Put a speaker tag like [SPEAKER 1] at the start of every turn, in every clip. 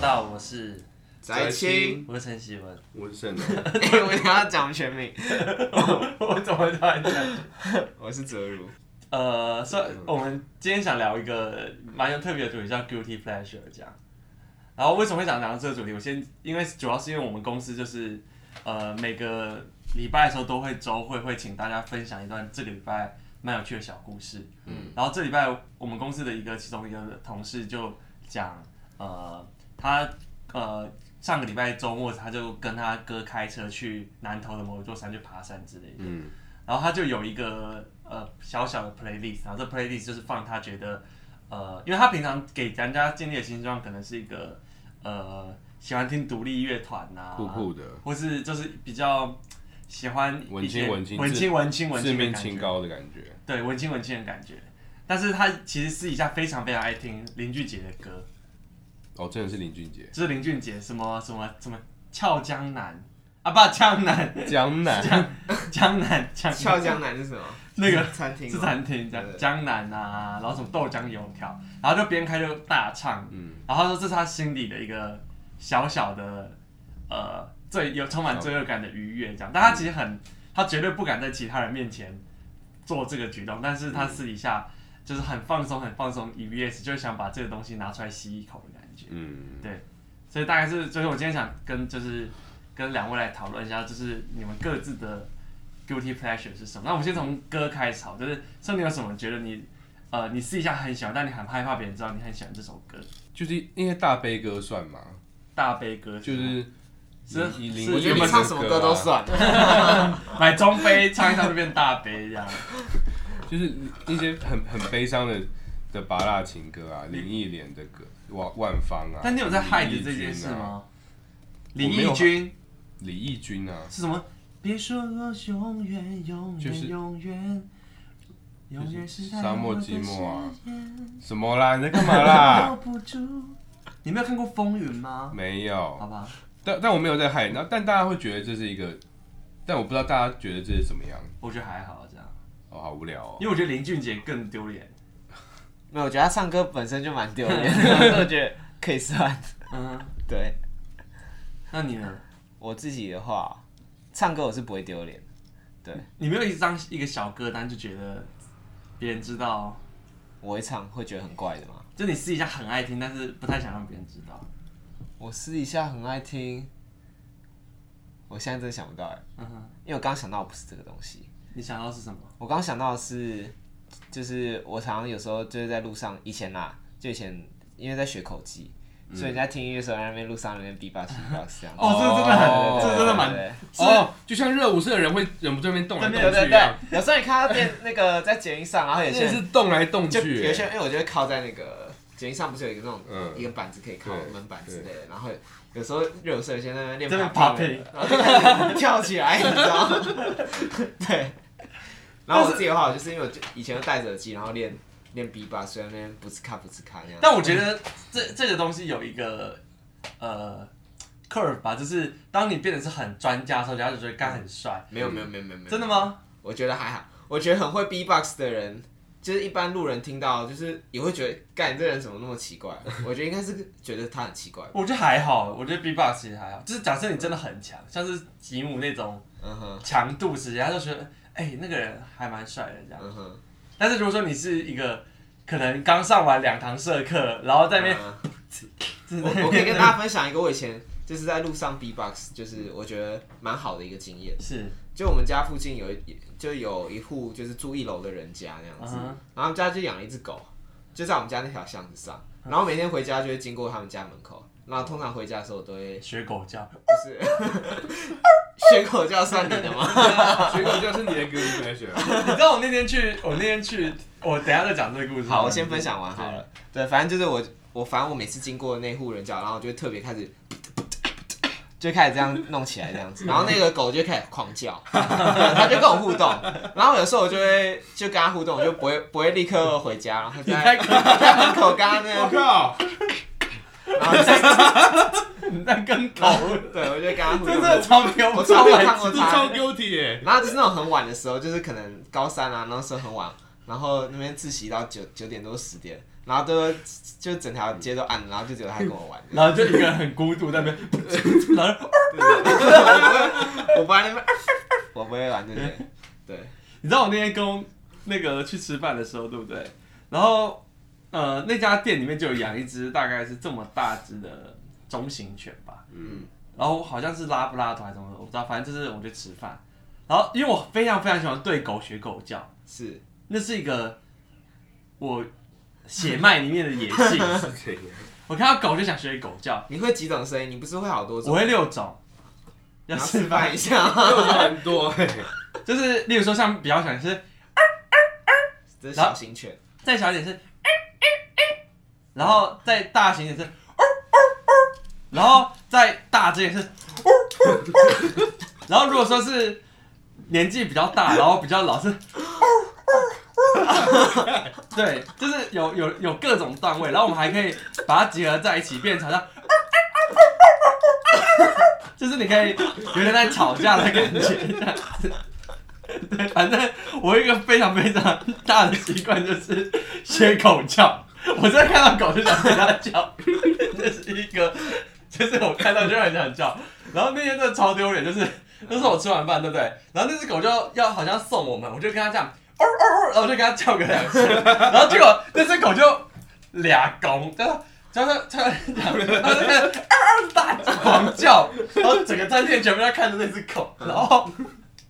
[SPEAKER 1] 道，我是
[SPEAKER 2] 翟青， 哎
[SPEAKER 1] 我是陈希文，
[SPEAKER 3] 我是盛龙，
[SPEAKER 2] 我想要讲全名，
[SPEAKER 1] 我怎么突然讲？
[SPEAKER 2] 我是泽如。
[SPEAKER 1] 呃，所以我们今天想聊一个蛮有特别的主题，叫 guilty pleasure 这样。然后为什么会想聊这个主题？我先，因为主要是因为我们公司就是呃每个礼拜的时候都会周会，会请大家分享一段这个礼拜蛮有趣的小故事。嗯，然后这礼拜我们公司的一个其中一个同事就讲，呃，他呃上个礼拜周末他就跟他哥开车去南头的某一座山去爬山之类的。
[SPEAKER 3] 嗯，
[SPEAKER 1] 然后他就有一个呃小小的 playlist，然后这 playlist 就是放他觉得呃，因为他平常给人家建立的形象可能是一个呃喜欢听独立乐团啊呐、
[SPEAKER 3] 酷酷的，
[SPEAKER 1] 或是就是比较喜欢
[SPEAKER 3] 文
[SPEAKER 1] 一些
[SPEAKER 3] 青文青
[SPEAKER 1] 文青文青文
[SPEAKER 3] 四
[SPEAKER 1] 青的
[SPEAKER 3] 面
[SPEAKER 1] 感
[SPEAKER 3] 清
[SPEAKER 1] 觉，
[SPEAKER 3] 高的感觉，
[SPEAKER 1] 对文青文青的感觉。但是他其实私底下非常非常爱听林俊杰的歌，
[SPEAKER 3] 哦，真的是林俊杰，
[SPEAKER 1] 就是林俊杰什么什么什么俏江南啊，不江南
[SPEAKER 3] 江南，
[SPEAKER 1] 江南江南
[SPEAKER 2] 俏江南是什么？
[SPEAKER 1] 那个
[SPEAKER 2] 餐厅
[SPEAKER 1] 是
[SPEAKER 2] 吗。
[SPEAKER 1] 餐厅这样
[SPEAKER 2] 对，对
[SPEAKER 1] 江南啊，然后什么豆浆油条，然后就边开就大唱，
[SPEAKER 3] 嗯
[SPEAKER 1] 然后他说这是他心里的一个小小的呃罪有充满罪恶感的愉悦这样，但他其实很他绝对不敢在其他人面前做这个举动，但是他私底下就是很放松很放松愉悦，就是想把这个东西拿出来吸一口的感觉，
[SPEAKER 3] 嗯，
[SPEAKER 1] 所以大概是就是我今天想跟就是跟两位来讨论一下，就是你们各自的 guilty pleasure 是什么？那我们先从歌开始好，就是像你有什么觉得你呃你私底下很喜欢，但你很害怕别人知道你很喜欢这首歌，
[SPEAKER 3] 就是那些大悲歌算吗？
[SPEAKER 1] 大悲歌
[SPEAKER 3] 就是
[SPEAKER 1] 吗
[SPEAKER 3] 是
[SPEAKER 1] 是
[SPEAKER 3] 以
[SPEAKER 1] 是
[SPEAKER 3] 林
[SPEAKER 2] 我
[SPEAKER 3] 我
[SPEAKER 2] 觉
[SPEAKER 3] 觉
[SPEAKER 2] 得你
[SPEAKER 3] 得你
[SPEAKER 2] 唱
[SPEAKER 3] 唱
[SPEAKER 2] 什
[SPEAKER 3] 什
[SPEAKER 2] 么
[SPEAKER 3] 么
[SPEAKER 2] 歌啊
[SPEAKER 3] 歌
[SPEAKER 2] 都
[SPEAKER 3] 都
[SPEAKER 2] 算
[SPEAKER 3] 算。
[SPEAKER 1] 买中杯唱一唱就变大悲这 样，
[SPEAKER 3] 就是一些很很悲伤的的拔蜡情歌啊，林忆莲的歌，万万芳啊。
[SPEAKER 1] 但你有在害的
[SPEAKER 3] 李翊
[SPEAKER 1] 这件事
[SPEAKER 3] 君啊？
[SPEAKER 1] 吗？
[SPEAKER 3] 我
[SPEAKER 1] 林
[SPEAKER 3] 没
[SPEAKER 1] 奕
[SPEAKER 3] 有
[SPEAKER 1] 君
[SPEAKER 3] 李翊君啊，
[SPEAKER 1] 是什么？别说我永远永
[SPEAKER 3] 就
[SPEAKER 1] 远
[SPEAKER 3] 是
[SPEAKER 1] 永远永远是
[SPEAKER 3] 沙漠寂寞啊
[SPEAKER 1] 啊。
[SPEAKER 3] 什么啦？你在干 嘛啦？
[SPEAKER 1] 不住。你没有看过《风云》吗？
[SPEAKER 3] 没
[SPEAKER 1] 好
[SPEAKER 3] 有，
[SPEAKER 1] 吧，
[SPEAKER 3] 但但我没有在害，然后但大家会觉得这是一个，但我不知道大家觉得这是怎么样。
[SPEAKER 1] 我觉得还好这样，
[SPEAKER 3] 哦，好无聊哦。
[SPEAKER 1] 因为我觉得林俊杰更丢脸。
[SPEAKER 2] 没有，我觉得他唱歌本身就蛮丢脸 的，所以我觉得可以算。
[SPEAKER 1] 嗯，
[SPEAKER 2] 对
[SPEAKER 1] 那你呢？
[SPEAKER 2] 我自己的话，唱歌我是不会丢脸。
[SPEAKER 1] 你没有一张一个小歌单就觉得别人知道，
[SPEAKER 2] 我会唱会觉得很怪的吗？
[SPEAKER 1] 就你私底下很爱听，但是不太想让别人知道。
[SPEAKER 2] 我私底下很爱听，我现在真的想不到哎，
[SPEAKER 1] 嗯哼，
[SPEAKER 2] 因为我刚想到不是这个东西，
[SPEAKER 1] 你想到是什么？
[SPEAKER 2] 我刚想到的是，就是我常常有时候就是在路上，以前啦，就以前因为在学口技，所以人家听音乐的时候在那边路上那边 B 八七八这样。
[SPEAKER 1] 哦，这个真的
[SPEAKER 3] 哦
[SPEAKER 1] 很，这个真的
[SPEAKER 2] 对对
[SPEAKER 1] 蛮。
[SPEAKER 3] 哦，就像热舞社的人会忍不住在那边动来
[SPEAKER 2] 对
[SPEAKER 3] 动去
[SPEAKER 2] 对
[SPEAKER 3] 一
[SPEAKER 2] 对
[SPEAKER 3] 样，，
[SPEAKER 2] 有时候你看到电那个在捷运上，然后有些
[SPEAKER 3] 真的是
[SPEAKER 2] 人
[SPEAKER 3] 动来动
[SPEAKER 2] 就
[SPEAKER 3] 去。
[SPEAKER 2] 有些人，哎因为我就会靠在那个捷运上，不是有一个那种
[SPEAKER 3] 嗯
[SPEAKER 2] 一个板子可以靠
[SPEAKER 3] 对
[SPEAKER 2] 门板之类的，然后有时候热身有些在那边
[SPEAKER 1] 在那
[SPEAKER 2] 练
[SPEAKER 1] 边
[SPEAKER 2] 爬
[SPEAKER 1] popping
[SPEAKER 2] 然后就开始 跳起来，你知道吗？对。然后我自己的话，我就是因为我就以前就戴着耳机，然后练练 B 吧，虽然那边不是卡不是卡那样，
[SPEAKER 1] 但我觉得这这个东西有一个呃 curve 吧，就是当你变得是很专家的时候，人家就觉得干很帅。
[SPEAKER 2] 没有没有没有没有没有，
[SPEAKER 1] 真的吗？
[SPEAKER 2] 我觉得还好，我觉得很会 B-box 的人，就是一般路人听到，就是也会觉得，干这人怎么那么奇怪？我觉得应该是觉得他很奇怪吧。
[SPEAKER 1] 我觉得还好，我觉得 B-box 其实还好，就是假设你真的很强，像是吉姆那种
[SPEAKER 2] 嗯哼，
[SPEAKER 1] 强度时，人家就觉得哎、那个人还蛮帅的这样。
[SPEAKER 2] 嗯哼，
[SPEAKER 1] 但是如果说你是一个可能刚上完两堂社课，然后在那边、
[SPEAKER 2] 嗯
[SPEAKER 1] 就是在那边
[SPEAKER 2] 我我可以跟大家分享一个我以前就是在路上 B-box，就是我觉得蛮好的一个经验。
[SPEAKER 1] 是
[SPEAKER 2] 就我们家附近有一就有一户就是住一楼的人家那样子
[SPEAKER 1] 嗯哼
[SPEAKER 2] 然后他们家就养了一只狗，就在我们家那条巷子上，然后每天回家就会经过他们家门口，然后通常回家的时候我都会
[SPEAKER 1] 学狗叫，
[SPEAKER 2] 就是 学狗叫算你的吗？
[SPEAKER 3] 水果就是你的 guilty pleasure。
[SPEAKER 1] 你知道我那天去，我那天去，我等一下再讲这个故事。
[SPEAKER 2] 好，我先分享完好了。对，反正就是我，我反正我每次经过那户人家，然后我就会特别开始，就开始这样弄起来这样子，然后那个狗就开始狂叫， 对它就跟我互动，然后有时候我就会就跟它互动，我就不会不会立刻回家，然后
[SPEAKER 1] 你
[SPEAKER 2] 在
[SPEAKER 1] 在
[SPEAKER 2] 在门口跟它那样，
[SPEAKER 3] 我靠！
[SPEAKER 2] 然后在
[SPEAKER 1] 你在跟狗，
[SPEAKER 2] 对我就跟它互
[SPEAKER 1] 真
[SPEAKER 2] 动
[SPEAKER 1] 的。超标，
[SPEAKER 2] 我超会看过
[SPEAKER 3] 这
[SPEAKER 2] 它
[SPEAKER 3] 超 guilty 哎、
[SPEAKER 2] 然后就是那种很晚的时候，就是可能高三啊，那时候很晚，然后那边自习到九九点多十点，然后都就整条街都暗，然后就只有他跟我玩。
[SPEAKER 1] 然后就一个人很孤独在那边，然后
[SPEAKER 2] 我不爱那边，我不会玩这些。
[SPEAKER 1] 嗯
[SPEAKER 2] 对，
[SPEAKER 1] 你知道我那天跟我那个去吃饭的时候，对不对？然后呃，那家店里面就有养一只大概是这么大只的中型犬吧，
[SPEAKER 3] 嗯，
[SPEAKER 1] 然后好像是拉布拉多还是什么的，我不知道，反正就是我们去吃饭，然后因为我非常非常喜欢对狗学狗叫，
[SPEAKER 2] 是
[SPEAKER 1] 那是一个我血脉里面的野性，
[SPEAKER 3] 这样
[SPEAKER 1] 我看到狗就想学狗叫，
[SPEAKER 2] 你会几种声音？你不是会好多种？
[SPEAKER 1] 我会六种，要
[SPEAKER 2] 然后
[SPEAKER 1] 示
[SPEAKER 2] 示
[SPEAKER 1] 范
[SPEAKER 2] 范一下。
[SPEAKER 3] 那我觉得很多哎、
[SPEAKER 1] 就是例如说像比较想是
[SPEAKER 2] 这是小型犬，
[SPEAKER 1] 再小一点是，哎然后再大型一点是，哦然后再大只一点是，哦然后如果说是年纪比较大，然后比较老是，哦对，就是有有有各种段位，然后我们还可以把它结合在一起，变成像。哦就是你可以有点在吵架的感觉，这样子。对，反正我有一个非常非常大的习惯就是学狗叫，我真的看到狗就想学它叫， 这是一个，就是我看到就很想叫。然后那天真的超丢脸，就是 那时候我吃完饭，对不对？然后那只狗就要好像送我们，我就跟它这样，哦哦哦，然后我就跟它叫个两声，然后结果那只狗就俩拱，就是。就是它它它那个嗷嗷啊大狂叫，然后整个餐厅全部在看着那只狗，然后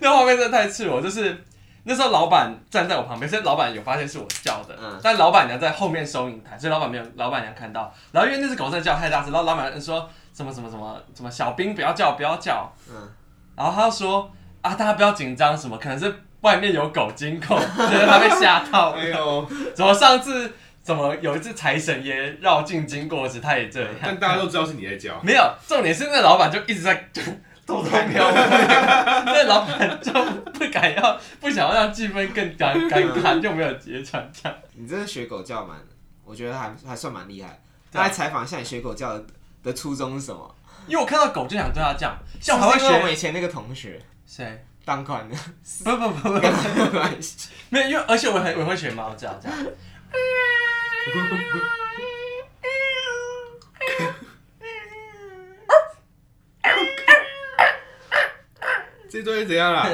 [SPEAKER 1] 那画面真的太赤裸，就是那时候老板站在我旁边，所以老板有发现是我叫的，
[SPEAKER 2] 嗯
[SPEAKER 1] 但老板娘在后面收银台，所以老板没有老板娘看到。然后因为那只狗真的叫太大声，然后老板娘说什么什么什么什么小兵不要叫不要叫，
[SPEAKER 2] 嗯，
[SPEAKER 1] 然后他就说啊大家不要紧张，什么可能是外面有狗经过， 觉得他被吓到。
[SPEAKER 3] 哎呦，
[SPEAKER 1] 怎么上次怎么有一次财神爷绕境经过时他也这样，
[SPEAKER 3] 但大家都知道是你在叫，
[SPEAKER 1] 没有，重点是那老板就一直在 偷偷瞄我，那老板就不敢要，不想要让气氛更尴尴尬，就没有直接传这样。
[SPEAKER 2] 你真的学狗叫蛮，我觉得还还算蛮厉害。
[SPEAKER 1] 对
[SPEAKER 2] 大
[SPEAKER 1] 啊
[SPEAKER 2] 家采访一下你学狗叫的的初衷是什么？
[SPEAKER 1] 因为我看到狗就想对它这样，像我还会
[SPEAKER 2] 是因为我
[SPEAKER 1] 学
[SPEAKER 2] 们以前那个同学
[SPEAKER 1] 谁？
[SPEAKER 2] 当官的，
[SPEAKER 1] 不不不不，
[SPEAKER 2] 跟他有关系。
[SPEAKER 1] 没有，因为而且我很我会学猫叫这样。
[SPEAKER 3] 这段是怎样啦？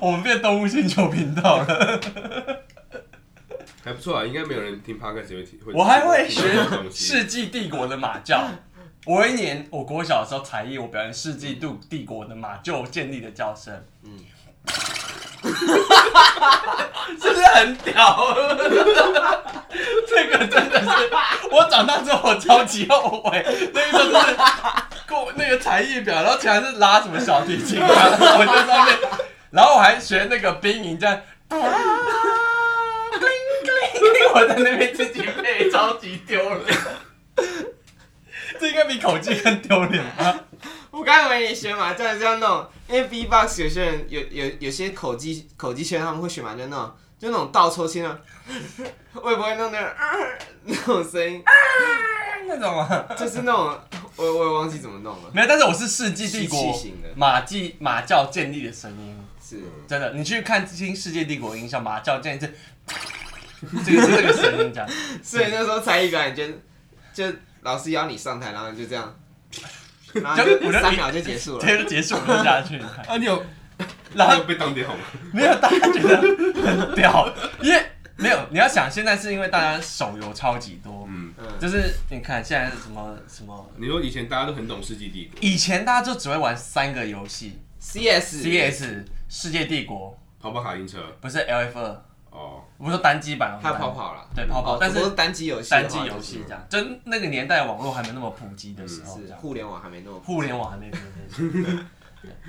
[SPEAKER 1] 我们变动物星球频道了，
[SPEAKER 3] 还不错啊，应该没有人听 podcast 会听。
[SPEAKER 1] 我还会学
[SPEAKER 3] 这种
[SPEAKER 1] 《
[SPEAKER 3] 东西
[SPEAKER 1] 世纪帝国》的马叫。我有一年，我国小的时候才艺，我表演《世纪帝帝国》的马厩建立的叫声，嗯
[SPEAKER 2] 嗯，
[SPEAKER 1] 是不是很屌？这个真的是，我长大之后我超级后悔，那个时候就是过那个才艺表，然后竟然是拉什么小提琴啊，我在上面，然后我还学那个兵营这 样。我在那边自己背，超级丢脸。 这应该比口技更丢脸吧？
[SPEAKER 2] 我刚以为你学马叫是要那种，因为 B-box 有些人有有有些口技口技圈他们会学马叫那种，就那种倒抽筋啊， 我也不会弄那种、啊、 那种声音，
[SPEAKER 1] 那种吗？
[SPEAKER 2] 就是那种我我也忘记怎么弄了。
[SPEAKER 1] 没有，但是我是世纪帝
[SPEAKER 2] 器
[SPEAKER 1] 国
[SPEAKER 2] 型的
[SPEAKER 1] 马纪马教建立的声音，
[SPEAKER 2] 是
[SPEAKER 1] 真的，你去看听世界帝国音效，马教建立是， 这个是这个声音这样。
[SPEAKER 2] 所以那时候才艺表演就就老师邀你上台，然后你就这样，然后
[SPEAKER 1] 就
[SPEAKER 2] 就
[SPEAKER 1] 我就
[SPEAKER 2] 三秒就结束了。
[SPEAKER 1] 这个结束不下去，
[SPEAKER 3] 啊，你有
[SPEAKER 1] 然
[SPEAKER 3] 你
[SPEAKER 1] 后
[SPEAKER 3] 有被当掉吗？
[SPEAKER 1] 没有大家觉得很屌，因为没有你要想，现在是因为大家手游超级多，
[SPEAKER 3] 嗯，
[SPEAKER 2] 嗯，
[SPEAKER 1] 就是你看现在是什么什么，
[SPEAKER 3] 你说以前大家都很懂《世纪帝国
[SPEAKER 1] 以前大家就只会玩三个游戏
[SPEAKER 2] CS
[SPEAKER 1] ，CS 世界帝国
[SPEAKER 3] 跑跑卡丁车
[SPEAKER 1] 不是 LF 二，
[SPEAKER 3] 哦，
[SPEAKER 1] 我说单机版，
[SPEAKER 2] 还有跑跑啦，
[SPEAKER 1] 对泡泡
[SPEAKER 2] 哦
[SPEAKER 1] 但是
[SPEAKER 2] 只不过单机游戏的话
[SPEAKER 1] 单机游戏这样，就那个年代网络还没那么普及的时候，
[SPEAKER 2] 嗯就是
[SPEAKER 1] 这
[SPEAKER 2] 是
[SPEAKER 1] 样哦
[SPEAKER 2] 互联网还没那么
[SPEAKER 1] 互联网还没普及。对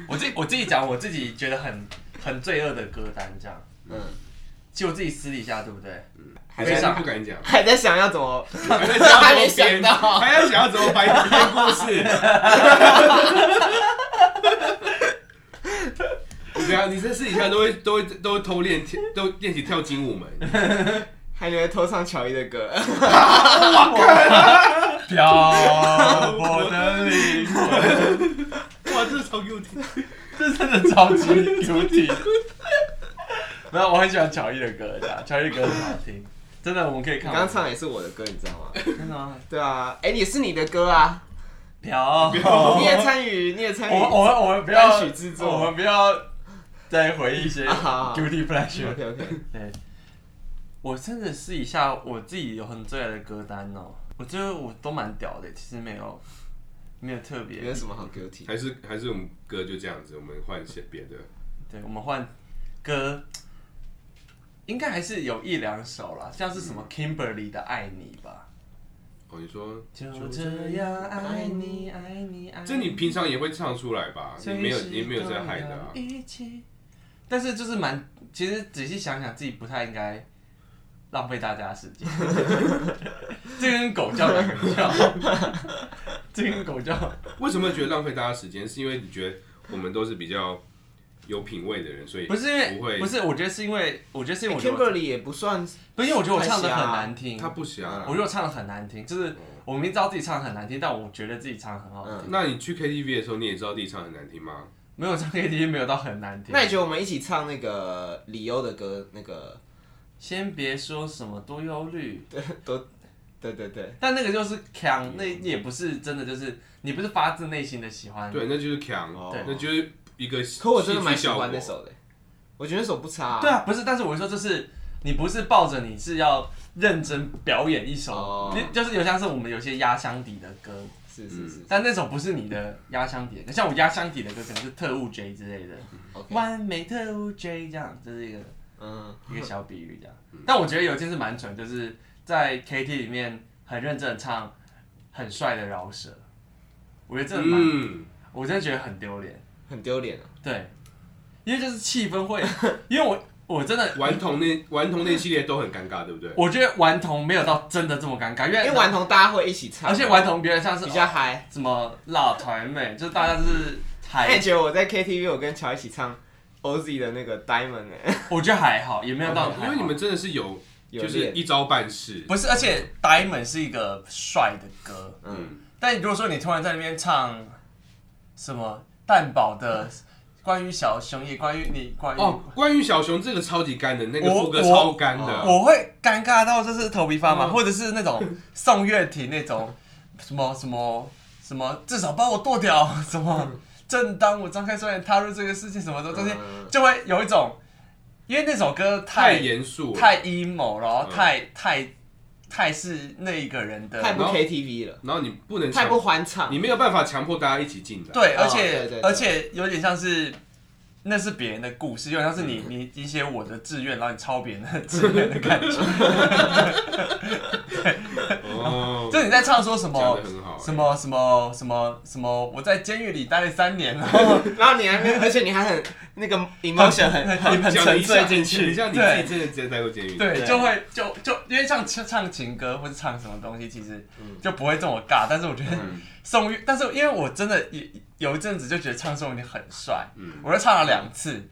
[SPEAKER 1] 我自己我自己讲，我自己觉得很很罪恶的歌单这样，
[SPEAKER 2] 嗯，
[SPEAKER 1] 其实我自己私底下对不对？
[SPEAKER 2] 还
[SPEAKER 3] 没
[SPEAKER 2] 在
[SPEAKER 3] 啥
[SPEAKER 2] 想
[SPEAKER 3] 不敢讲，
[SPEAKER 2] 还在想要怎么，
[SPEAKER 3] 还在想
[SPEAKER 2] 还
[SPEAKER 3] 要
[SPEAKER 2] 没
[SPEAKER 3] 怎么
[SPEAKER 2] 想
[SPEAKER 3] 编
[SPEAKER 2] 到
[SPEAKER 3] 还要想要怎么白编故事。你对啊，你在私底下都会都会都会偷练跳，都练习跳精舞门。
[SPEAKER 2] 还以为偷唱乔伊的 歌，啊
[SPEAKER 1] 漂泊的灵魂，
[SPEAKER 3] 哇，这是超 U T，
[SPEAKER 1] 这真的超级 U T。 没有，我很喜欢乔伊的歌，这样乔伊的歌很好听，真的，我们可以
[SPEAKER 2] 你
[SPEAKER 1] 看。
[SPEAKER 2] 刚刚唱的也是我的歌，你知道吗？
[SPEAKER 1] 真的吗？
[SPEAKER 2] 对啊，哎，也是你的歌啊，
[SPEAKER 1] 朴，
[SPEAKER 2] 你也参与，你也参
[SPEAKER 1] 我们
[SPEAKER 2] 与。
[SPEAKER 1] 我们我们不要
[SPEAKER 2] 单曲制作
[SPEAKER 1] 我们不要再回忆一些
[SPEAKER 2] 啊好好
[SPEAKER 1] guilty pleasure。
[SPEAKER 2] OK OK，
[SPEAKER 1] 对，我真的试一下我自己有很最爱的歌单哦，我觉得我都蛮屌的，其实没有没有特
[SPEAKER 2] 没有
[SPEAKER 1] 别。
[SPEAKER 2] 什么好 guilty。
[SPEAKER 3] 还是还是我们歌就这样子，我们换些别的。
[SPEAKER 1] 对，我们换歌，应该还是有一两首啦，像是什么 Kimberly 的《爱你》吧。
[SPEAKER 3] 哦，你说
[SPEAKER 1] 就这样爱你，爱你，爱你。
[SPEAKER 3] 这你平常也会唱出来吧？你啊没有你没有在害的啊。
[SPEAKER 1] 一起。但是就是蛮，其实仔细想想，自己不太应该浪费大家的时间。 这跟狗叫两个叫， 这跟狗叫
[SPEAKER 3] 为什么觉得浪费大家时间？是因为你觉得我们都是比较有品味的人，所以
[SPEAKER 1] 不是因
[SPEAKER 3] 不会
[SPEAKER 1] 为不是，我觉得是因为我觉得是因为我觉得我
[SPEAKER 2] Kimberly 也不算，
[SPEAKER 1] 不是因为我觉得我唱的
[SPEAKER 2] 哎太瞎
[SPEAKER 1] 很
[SPEAKER 2] 了
[SPEAKER 1] 难听，
[SPEAKER 3] 他不想啊
[SPEAKER 1] 我觉得我唱的很难听，就是我明明知道自己唱得很难听，但我觉得自己唱得很好听。
[SPEAKER 2] 嗯
[SPEAKER 3] 那你去 KTV 的时候，你也知道自己唱很难听吗？
[SPEAKER 1] 没有唱 KTV 没有到很难听。
[SPEAKER 2] 那你觉得我们一起唱那个李欧的歌，那个
[SPEAKER 1] 先别说什么多忧虑，
[SPEAKER 2] 都，对对对，
[SPEAKER 1] 但那个就是强，那也不是真的，就是你不是发自内心的喜欢。
[SPEAKER 3] 对，那就是强
[SPEAKER 2] 哦，
[SPEAKER 3] 那就是一个。
[SPEAKER 2] 可我真的蛮喜欢那。首的，我觉得那首不差、啊。
[SPEAKER 1] 对啊，不是，但是我说就是你不是抱着你是要认真表演一首
[SPEAKER 2] 哦，
[SPEAKER 1] 你就是有像是我们有些压箱底的歌，
[SPEAKER 2] 是是是、
[SPEAKER 1] 但那首不是你的压箱底的歌，像我压箱底的歌可能是特务 J 之类的，
[SPEAKER 2] o k
[SPEAKER 1] 完美特务 J 这样，这是一个
[SPEAKER 2] 嗯，
[SPEAKER 1] 一个小比喻这样。
[SPEAKER 3] 嗯
[SPEAKER 1] 但我觉得有一件事蛮蠢，就是在 KT 里面很认真的唱很帅的饶舌，我觉得这蛮，
[SPEAKER 3] 嗯，
[SPEAKER 1] 我真的觉得很丢脸。
[SPEAKER 2] 很丢脸啊。
[SPEAKER 1] 对，因为就是气氛会， 因为我我真的，
[SPEAKER 3] 顽童那顽童那系列都很尴尬，对不对？
[SPEAKER 1] 我觉得顽童没有到真的这么尴尬，因
[SPEAKER 2] 因
[SPEAKER 1] 为
[SPEAKER 2] 为顽童大家会一起唱，啊
[SPEAKER 1] 而且顽童别人像是
[SPEAKER 2] 比较
[SPEAKER 1] 哦
[SPEAKER 2] 嗨。
[SPEAKER 1] 什么老团妹，就是大家就是
[SPEAKER 2] 那
[SPEAKER 1] 还
[SPEAKER 2] 你，觉得我在 KTV 我跟乔一起唱 Ozzy 的那个 Diamond 欸呢、
[SPEAKER 1] 我觉得还好，也没有到还
[SPEAKER 3] 哦因
[SPEAKER 1] 好
[SPEAKER 3] 为你们真的是有，
[SPEAKER 2] 有
[SPEAKER 3] 就是
[SPEAKER 2] 练
[SPEAKER 3] 一招半式。
[SPEAKER 1] 不是，而且 Diamond 是一个帅的歌，
[SPEAKER 2] 嗯，
[SPEAKER 1] 但如果说你突然在那边唱什么蛋堡的。关于小熊，也关于你，
[SPEAKER 2] 嗯
[SPEAKER 1] 关于、
[SPEAKER 3] 哦，关于小熊这个超级干的，那个
[SPEAKER 1] 我
[SPEAKER 3] 副歌
[SPEAKER 1] 我
[SPEAKER 3] 超干的。
[SPEAKER 1] 我会尴尬到就是头皮发麻，
[SPEAKER 3] 嗯
[SPEAKER 1] 或者是那种宋岳庭那种什么什么什么，至少帮我剁掉 什么。正当我张开双眼踏入这个世界，什么的东西
[SPEAKER 2] 嗯
[SPEAKER 1] 就会有一种，因为那首歌
[SPEAKER 3] 太
[SPEAKER 1] 太
[SPEAKER 3] 严肃了，
[SPEAKER 1] 太 emo，然后
[SPEAKER 3] 嗯
[SPEAKER 1] 太太太是那一个人的
[SPEAKER 2] 太不
[SPEAKER 3] 然后
[SPEAKER 2] KTV 了，
[SPEAKER 3] 然后你不能
[SPEAKER 2] 太
[SPEAKER 3] 强，
[SPEAKER 2] 不欢唱
[SPEAKER 3] 你。没有办法强迫大家一起进来。
[SPEAKER 1] 对，
[SPEAKER 2] 哦
[SPEAKER 1] 而且、
[SPEAKER 2] 对对对
[SPEAKER 1] 而且有点像是。那是别人的故事，有点像是你
[SPEAKER 2] 嗯
[SPEAKER 1] 你你写我的志愿，然后你抄别人的志愿的 感觉。
[SPEAKER 3] 哦，
[SPEAKER 1] 就你在唱说什么
[SPEAKER 3] 讲的很好，欸
[SPEAKER 1] 什么什么什么什么，我在监狱里待了三年，然后
[SPEAKER 2] 然后你还没，而且你还很那个 emotion 很很很
[SPEAKER 3] 讲得
[SPEAKER 2] 沉
[SPEAKER 3] 一下
[SPEAKER 2] 醉进去
[SPEAKER 3] 你。像你自己真的直接待过监狱，
[SPEAKER 1] 对，
[SPEAKER 2] 对
[SPEAKER 1] 就会就就因为像唱唱情歌或者唱什么东西，其实
[SPEAKER 2] 嗯
[SPEAKER 1] 就不会这么尬。但是我觉得
[SPEAKER 3] 嗯
[SPEAKER 1] 宋玉，但是因为我真的也有一阵子就觉得唱宋玉很帅，
[SPEAKER 3] 嗯，
[SPEAKER 1] 我就唱了两次。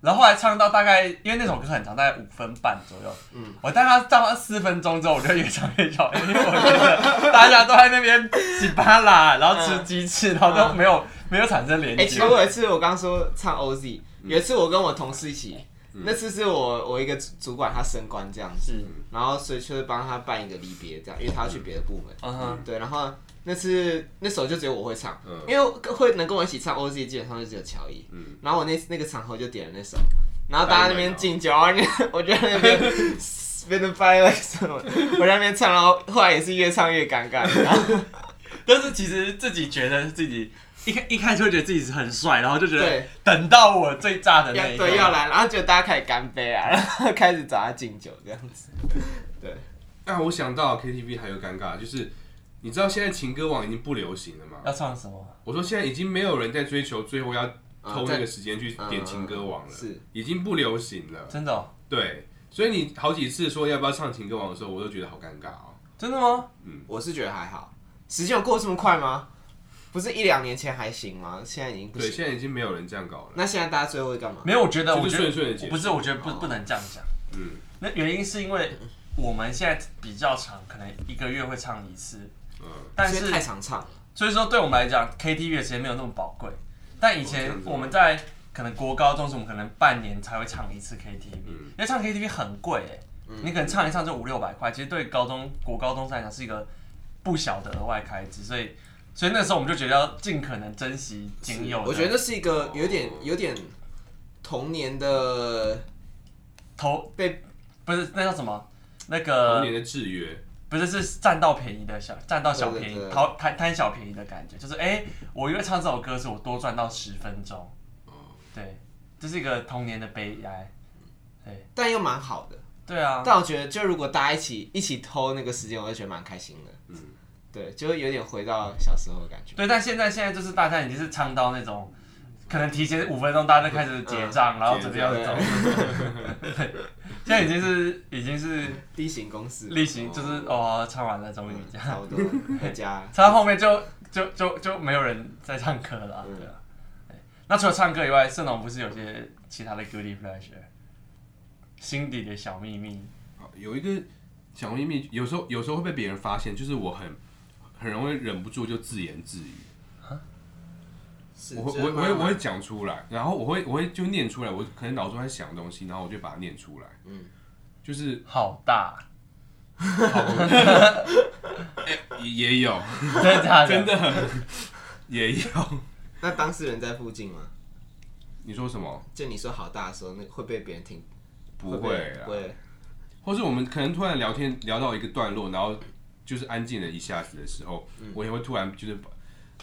[SPEAKER 1] 然后后来唱到大概，因为那首歌很长，大概五分半左右。嗯，我大概唱到四分钟之后，我就越唱越小，因为我觉得大家都在那边挤巴啦，然后吃鸡翅，然后都没有、没有产生连
[SPEAKER 2] 嗯哎、
[SPEAKER 1] 接。
[SPEAKER 2] 其 实我有一次我刚说唱 Ozzy，有一次我跟我同事一起，那次是我我一个主主管他升官这样子，
[SPEAKER 1] 是，
[SPEAKER 2] 然后所以就是帮他办一个离别这样，因为他要去别的部门。
[SPEAKER 1] 嗯哼，
[SPEAKER 2] 对，然后那次那首就只有我会唱，
[SPEAKER 3] 嗯
[SPEAKER 2] 因为会能跟我一起唱 OZ 基本上就只有乔伊。
[SPEAKER 3] 嗯
[SPEAKER 2] 然后我那那个场合就点了那首，然后大家那边敬酒，然后那我就在那边 spin the fire 什么，我在那边唱，然后后来也是越唱越尴尬。然后
[SPEAKER 1] 但是其实自己觉得自己一开一开始会觉得自己是很帅，然后就觉得
[SPEAKER 2] 对
[SPEAKER 1] 等到我最炸的
[SPEAKER 2] 要
[SPEAKER 1] 那一刻，
[SPEAKER 2] 对要来，然后就大家开始干杯啊，然后 开始找他敬酒这样子。对，
[SPEAKER 3] 啊，我想到 KTV 还有尴尬，就是你知道现在情歌王已经不流行了
[SPEAKER 2] 啊
[SPEAKER 3] 嘛？
[SPEAKER 1] 要唱什么？
[SPEAKER 3] 我说现在已经没有人在追求最后要偷
[SPEAKER 2] 啊
[SPEAKER 3] 那
[SPEAKER 2] 在
[SPEAKER 3] 个时间去点情歌王了，
[SPEAKER 2] 嗯是
[SPEAKER 3] 已经不流行了。
[SPEAKER 1] 真的哦、
[SPEAKER 3] 对，所以你好几次说要不要唱情歌王的时候，我都觉得好尴尬哦。
[SPEAKER 1] 真的吗？
[SPEAKER 2] 我是觉得还好，时间有过这么快吗？不是一两年前还行吗？现在已经不
[SPEAKER 3] 对，
[SPEAKER 2] 行。
[SPEAKER 3] 现在已经没有人这样搞了。
[SPEAKER 2] 那现在大家最后会干嘛？
[SPEAKER 1] 没有，我觉得，
[SPEAKER 3] 就
[SPEAKER 1] 我
[SPEAKER 3] 是
[SPEAKER 1] 觉得
[SPEAKER 3] 顺顺地解释
[SPEAKER 1] 不是，我觉得不不能这样讲。
[SPEAKER 3] 嗯，
[SPEAKER 1] 那原因是因为我们现在比较长，可能一个月会唱一次，
[SPEAKER 3] 嗯，
[SPEAKER 1] 但
[SPEAKER 2] 因
[SPEAKER 1] 是
[SPEAKER 2] 为太常唱了。
[SPEAKER 1] 所以说对我们来讲，KTV 的时间没有那么宝贵。但以前
[SPEAKER 3] 哦这样子吗
[SPEAKER 1] 我们在可能国高中时我们可能半年才会唱一次 KTV，、
[SPEAKER 3] 嗯
[SPEAKER 1] 因为唱 KTV 很贵哎、你可能唱一唱就五六百块，其实对高中国高中生来讲是一个不小的额外开支，所以所以那时候我们就觉得要尽可能珍惜仅有的，
[SPEAKER 2] 我觉得是一个有点有点童年的
[SPEAKER 1] 投
[SPEAKER 2] 被
[SPEAKER 1] 不是那叫什么那
[SPEAKER 3] 童
[SPEAKER 2] 呃
[SPEAKER 1] 个
[SPEAKER 3] 年的制约，
[SPEAKER 1] 不是是占到便宜的小占到小
[SPEAKER 2] 对对
[SPEAKER 1] 便宜
[SPEAKER 2] 对
[SPEAKER 1] 讨贪贪小便宜的感觉，就是哎、我因为唱这首歌是我多赚到十分钟，
[SPEAKER 2] 嗯
[SPEAKER 1] 对，这是一个童年的悲哀，
[SPEAKER 2] 但又蛮好的。
[SPEAKER 1] 对啊，
[SPEAKER 2] 但我觉得，就如果大家一起一起偷那个时间，我就觉得蛮开心的。
[SPEAKER 3] 嗯，
[SPEAKER 2] 对，就会有点回到小时候的感觉。
[SPEAKER 1] 对，但现在现在就是大家已经是唱到那种，可能提前五分钟大家就开始结账，然后准备要
[SPEAKER 2] 嗯结
[SPEAKER 1] 走
[SPEAKER 2] 账，
[SPEAKER 1] 对，现在已经是已经是
[SPEAKER 2] 例行公事，
[SPEAKER 1] 例行，就是哦唱完了终于
[SPEAKER 2] 嗯
[SPEAKER 1] 这样，
[SPEAKER 2] 差不多了回 家。
[SPEAKER 1] 唱到后面就就就就没有人在唱歌了
[SPEAKER 2] 嗯
[SPEAKER 1] 啊，对啊。对那除了唱歌以外，盛龙不是有些其他的 guilty pleasure，心底的小秘密，
[SPEAKER 3] 好有一个小秘密，有时候有时候会被别人发现，就是我很很容易忍不住就自言自语。我会我会我会我会讲出来，然后我会我会就念出来，我可能脑中在想东西，然后我就把它念出来。
[SPEAKER 2] 嗯
[SPEAKER 3] 就是
[SPEAKER 1] 好大，
[SPEAKER 3] 好哎也也有，
[SPEAKER 1] 真的假的？
[SPEAKER 3] 真的很也有。
[SPEAKER 2] 那当事人在附近吗？
[SPEAKER 3] 你说什么？
[SPEAKER 2] 就你说好大的时候，那会被别人听？
[SPEAKER 3] 不
[SPEAKER 2] 会
[SPEAKER 3] 会
[SPEAKER 2] 被
[SPEAKER 3] 啊
[SPEAKER 2] 不，会。
[SPEAKER 3] 或是我们可能突然聊天聊到一个段落，然后就是安静了一下子的时候，我也会突然就是把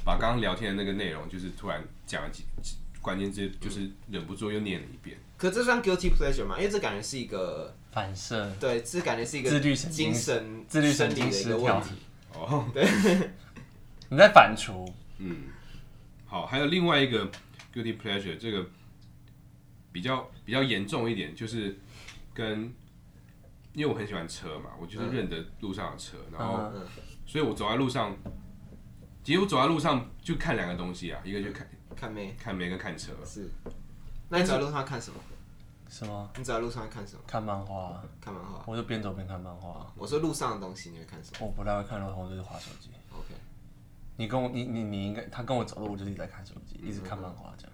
[SPEAKER 3] 把刚刚聊天的那个内容，就是突然讲了几几关键字，就是忍不住又念了一遍。
[SPEAKER 2] 可这算 guilty pleasure 吗？因为这感觉是一个，
[SPEAKER 1] 反射，
[SPEAKER 2] 对，这感觉是一个
[SPEAKER 1] 自律神经
[SPEAKER 2] 精神、
[SPEAKER 1] 自律神
[SPEAKER 2] 生理
[SPEAKER 1] 经
[SPEAKER 2] 的一
[SPEAKER 1] 失
[SPEAKER 2] 个
[SPEAKER 1] 调
[SPEAKER 2] 问题。，
[SPEAKER 3] 哦，
[SPEAKER 1] 你在反刍，
[SPEAKER 3] 嗯，好，还有另外一个 guilty pleasure，这个比较比较严重一点，就是跟因为我很喜欢车嘛，我就是认得路上的车，然后
[SPEAKER 1] 嗯，
[SPEAKER 3] 所以我走在路上，其实我走在路上就看两个东西啊，一个就看
[SPEAKER 2] 看妹
[SPEAKER 3] 看梅跟看车，
[SPEAKER 2] 是。那你走在路上看什么？
[SPEAKER 1] 什么？
[SPEAKER 2] 你走在路上看什么？
[SPEAKER 1] 看漫画啊，
[SPEAKER 2] 看漫画。
[SPEAKER 1] 我就边走边看漫画，啊
[SPEAKER 2] 我说路上的东西，你会看什么
[SPEAKER 1] 我不太会看漫画，我就是划手机。
[SPEAKER 2] ？OK，
[SPEAKER 1] 你跟我，你你你应该，他跟我走路，我就是一直在看手机，
[SPEAKER 2] 嗯
[SPEAKER 1] 一直看漫画这样。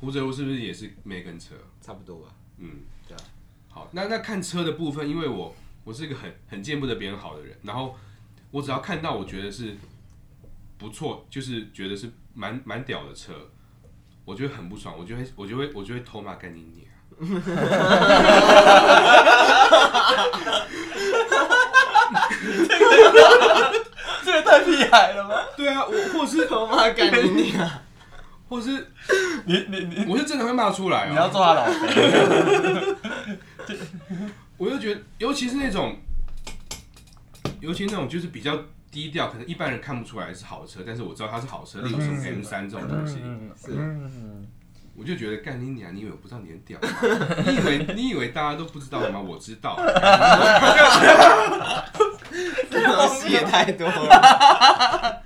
[SPEAKER 3] 胡哲路是不是也是梅跟车？
[SPEAKER 2] 差不多吧。
[SPEAKER 3] 嗯，
[SPEAKER 2] 对啊。
[SPEAKER 3] 好，那那看车的部分，因为我我是一个很很见不得别人好的人，然后我只要看到我觉得是不错，就是觉得是蛮蛮屌的车，我就会很不爽，我就会我就会我就会偷骂干你娘。
[SPEAKER 1] 这个太屁孩了吧？
[SPEAKER 3] 对啊，我 或是
[SPEAKER 2] 我妈干你娘！
[SPEAKER 3] 或是
[SPEAKER 1] 你你你
[SPEAKER 3] 我是真的会骂出来
[SPEAKER 1] 你
[SPEAKER 3] 啊、
[SPEAKER 1] 要做他老
[SPEAKER 2] 嗯
[SPEAKER 1] 肥，
[SPEAKER 3] 我就觉得，尤其是那种，尤其那种就是比较低调，可能一般人看不出来是好车，但是我知道它是好车，例如什
[SPEAKER 1] 嗯
[SPEAKER 3] 么 M 三这种东西，
[SPEAKER 2] 是
[SPEAKER 3] 我就觉得干你娘！你以为我不知道你很屌 吗？你以为你以为大家都不知道吗？我知道，
[SPEAKER 2] 这种戏也太多了。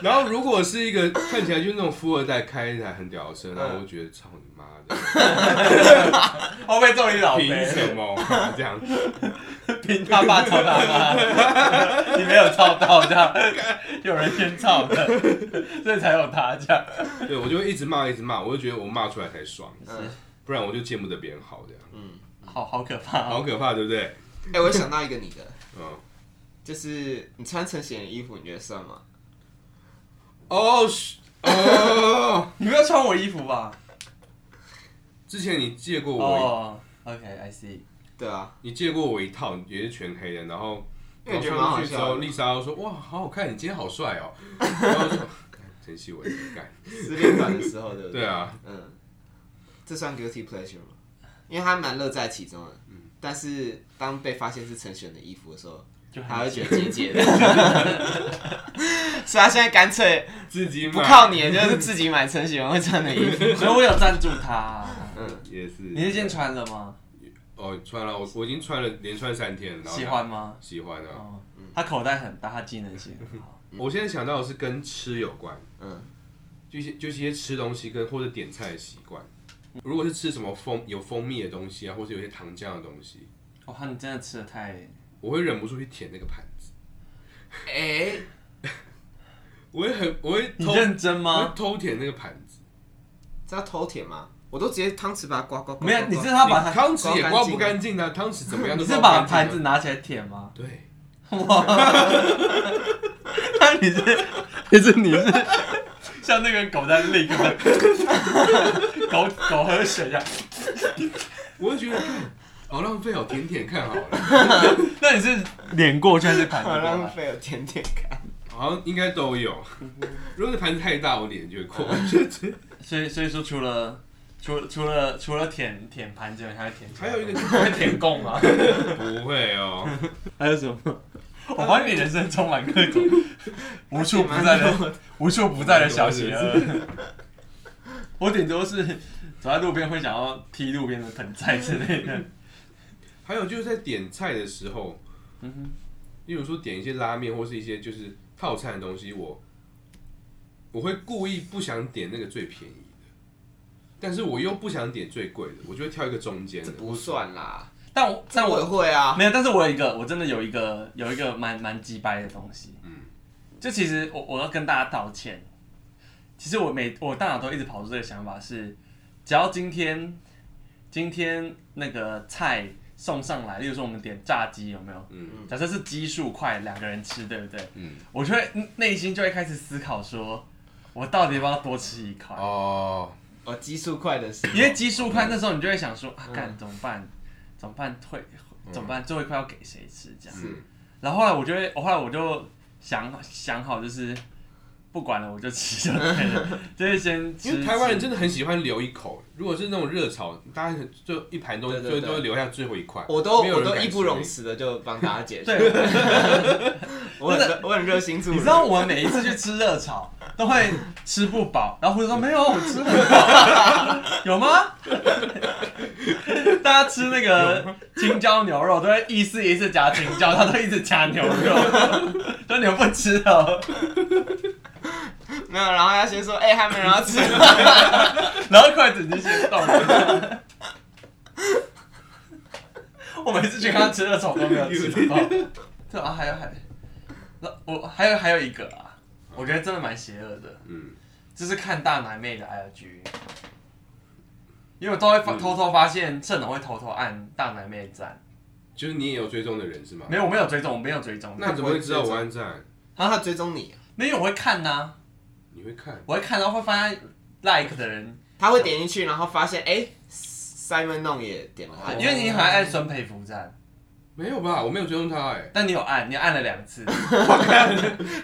[SPEAKER 3] 然后如果是一个看起来就是那种富二代开一台很屌的
[SPEAKER 2] 嗯
[SPEAKER 3] 车，那我就觉得操你妈的，
[SPEAKER 1] 后哦被揍你老
[SPEAKER 3] 凭
[SPEAKER 1] 肥，
[SPEAKER 3] 什么这样？
[SPEAKER 1] 凭他爸操他妈，你没有操到这样，有人先操的， 所以才有他这样。
[SPEAKER 3] 对我就会一直骂一直骂，我就觉得我骂出来才爽，
[SPEAKER 2] 嗯，
[SPEAKER 3] 不然我就见不得别人好这样，
[SPEAKER 1] 好好可怕
[SPEAKER 3] 好
[SPEAKER 1] 哦！
[SPEAKER 3] 可怕，对不对？
[SPEAKER 2] 哎，我想到一个你的，
[SPEAKER 3] 嗯，
[SPEAKER 2] 就是你穿陈显的衣服，你觉得算吗？
[SPEAKER 3] 哦是哦，
[SPEAKER 1] 你不要穿我衣服吧？
[SPEAKER 3] 之前你借过我一
[SPEAKER 1] 哦，OK，I see。
[SPEAKER 2] 对啊，
[SPEAKER 3] 你借过我一套，也是全黑的，然后
[SPEAKER 2] 因为
[SPEAKER 3] 我
[SPEAKER 2] 我觉得蛮好
[SPEAKER 3] 穿上去之
[SPEAKER 2] 笑
[SPEAKER 3] 后，
[SPEAKER 2] 的
[SPEAKER 3] 丽莎就说：“哇，好好看，你今天好帅哦。”然后我就说 干真细我干，
[SPEAKER 2] 失恋短的时候，对不
[SPEAKER 3] 对啊，
[SPEAKER 2] 嗯，这算 guilty pleasure 吗？因为他蛮乐在其中的，但是当被发现是陈璇的衣服的时候，
[SPEAKER 1] 就很
[SPEAKER 2] 他会觉得解解的，所以他现在干脆
[SPEAKER 3] 自己买
[SPEAKER 2] 不靠你了，就是自己买陈璇会穿的衣服。
[SPEAKER 1] 所以我有赞助他。
[SPEAKER 2] 嗯，
[SPEAKER 3] 也是。
[SPEAKER 1] 你是今天穿了吗？
[SPEAKER 3] 哦穿了，我我已经穿了，连穿三天了。然后
[SPEAKER 1] 喜欢吗？
[SPEAKER 3] 喜欢啊！
[SPEAKER 1] 哦，他口袋很大，他技能性
[SPEAKER 3] 嗯
[SPEAKER 1] 很好。
[SPEAKER 3] 我现在想到的是跟吃有关，
[SPEAKER 2] 嗯，
[SPEAKER 3] 就一些就是一些吃东西跟或者点菜的习惯。如果是吃什么蜂有蜂蜜的东西啊，或者有些糖浆的东西，
[SPEAKER 1] 哇，你哦真的吃的太……
[SPEAKER 3] 我会忍不住去舔那个盘子。
[SPEAKER 2] 哎、
[SPEAKER 3] 我会很我会
[SPEAKER 1] 你
[SPEAKER 3] 偷
[SPEAKER 1] 认真
[SPEAKER 3] 我会
[SPEAKER 1] 吗？
[SPEAKER 3] 偷舔那个盘子，
[SPEAKER 2] 这要偷舔吗？我都直接汤匙把它刮刮刮。
[SPEAKER 1] 没有，
[SPEAKER 2] 刮
[SPEAKER 1] 你
[SPEAKER 2] 刮
[SPEAKER 1] 是他把
[SPEAKER 3] 你
[SPEAKER 1] 它，
[SPEAKER 3] 汤匙也刮不干净啊，汤匙怎么样
[SPEAKER 1] 你
[SPEAKER 3] 都
[SPEAKER 1] 是
[SPEAKER 3] 刮
[SPEAKER 1] 把
[SPEAKER 3] 不干
[SPEAKER 1] 盘
[SPEAKER 3] 净
[SPEAKER 1] 子
[SPEAKER 3] 啊
[SPEAKER 1] 拿起来舔吗？
[SPEAKER 3] 对，
[SPEAKER 1] 那你是
[SPEAKER 4] 可是你是
[SPEAKER 1] 像那个狗在另一个狗狗喝水一样。
[SPEAKER 3] 我会觉得看好浪费哦，舔舔看好了，
[SPEAKER 1] 那你是脸过去还是盘子
[SPEAKER 2] 好
[SPEAKER 1] 过
[SPEAKER 2] 浪
[SPEAKER 1] 来？
[SPEAKER 2] 费了，舔舔看。
[SPEAKER 3] 好像应该都有。如果那盘子太大，我脸就会扩。就是
[SPEAKER 1] 所以所以说除了。除除了除了舔舔盘子以外，还会舔其他
[SPEAKER 3] 还有一个
[SPEAKER 1] 东西会舔啊供吗？
[SPEAKER 3] 不会哦，
[SPEAKER 1] 还有什么？我发现你人生充满各种无处不在的、无处不在的啊小邪恶。我顶多是走在路边会想要踢路边的盆栽之类的。
[SPEAKER 3] 还有就是在点菜的时候，
[SPEAKER 1] 嗯哼，
[SPEAKER 3] 例如说点一些拉面或是一些就是套餐的东西，我我会故意不想点那个最便宜的，但是我又不想点最贵的，我就会挑一个中间
[SPEAKER 2] 这
[SPEAKER 3] 的。
[SPEAKER 2] 不算啦，
[SPEAKER 1] 但我但
[SPEAKER 2] 我
[SPEAKER 1] 我
[SPEAKER 2] 也会啊。
[SPEAKER 1] 没有，但是我有一个，我真的有一个有一个蛮蛮鸡掰的东西。
[SPEAKER 3] 嗯
[SPEAKER 1] 就其实我我要跟大家道歉，其实我每我大脑都一直跑出这个想法是，只要今天今天那个菜送上来，例如说我们点炸鸡有没有？
[SPEAKER 3] 嗯
[SPEAKER 1] 假设是奇数块两个人吃，对不对？
[SPEAKER 3] 嗯
[SPEAKER 1] 我就会内心就会开始思考说，我到底要不要多吃一块？
[SPEAKER 3] 哦，
[SPEAKER 2] 我激素快的时候
[SPEAKER 1] 因为奇数块那时候你就会想说，啊，干怎么办？怎么办？退怎么办？最后一块要给谁吃？这样。
[SPEAKER 3] 嗯，
[SPEAKER 1] 然后后来我就会，我后来我就想想好，就是不管了，我就吃就对了，就是先吃。
[SPEAKER 3] 因为台湾人真的很喜欢留一口，如果是那种热炒，大家就一盘都
[SPEAKER 2] 对对
[SPEAKER 3] 就
[SPEAKER 2] 对
[SPEAKER 3] 都会留下最后一块。
[SPEAKER 2] 我都
[SPEAKER 3] 没
[SPEAKER 2] 我
[SPEAKER 3] 有人
[SPEAKER 2] 都
[SPEAKER 3] 敢
[SPEAKER 2] 义
[SPEAKER 3] 吃
[SPEAKER 2] 不容辞的就帮大家解释。
[SPEAKER 1] 对，
[SPEAKER 2] 我很热我很热心助
[SPEAKER 1] 你
[SPEAKER 2] 人
[SPEAKER 1] 知。道我们每一次去吃热炒都会吃不饱，然后胡子说没有，我吃很饱，有吗？ 大家吃那个青椒牛肉都会一次一次夹青椒，他都一直夹牛肉， 说你们不吃哦，
[SPEAKER 2] 没有，然后要先说，哎，还没人要 吃。
[SPEAKER 1] 然后筷子已经先动了。我每次去看他吃热炒都没有吃到， 对啊，还有还有，那我还有还有一个啊，我觉得真的蛮邪恶的。
[SPEAKER 3] 嗯，
[SPEAKER 1] 就是看大奶妹的 IG，因为我都会发
[SPEAKER 3] 嗯
[SPEAKER 1] 偷偷发现盛龙会偷偷按大奶妹的赞，
[SPEAKER 3] 就是你也有追踪的人是吗？
[SPEAKER 1] 没有我没有追踪，我没有追踪，
[SPEAKER 3] 那怎么会知道我按赞？
[SPEAKER 2] 然后他追踪你，
[SPEAKER 1] 没有我会看呐、
[SPEAKER 3] 你会看？
[SPEAKER 1] 我会看到会发现 like 的人，
[SPEAKER 2] 他会点进去，然后发现，哎，Simon 弄也点了 他，
[SPEAKER 3] 哦
[SPEAKER 1] 因为你好像按孙佩福赞，
[SPEAKER 3] 没有吧？我没有追踪他哎、
[SPEAKER 1] 但你有按，你按了两次，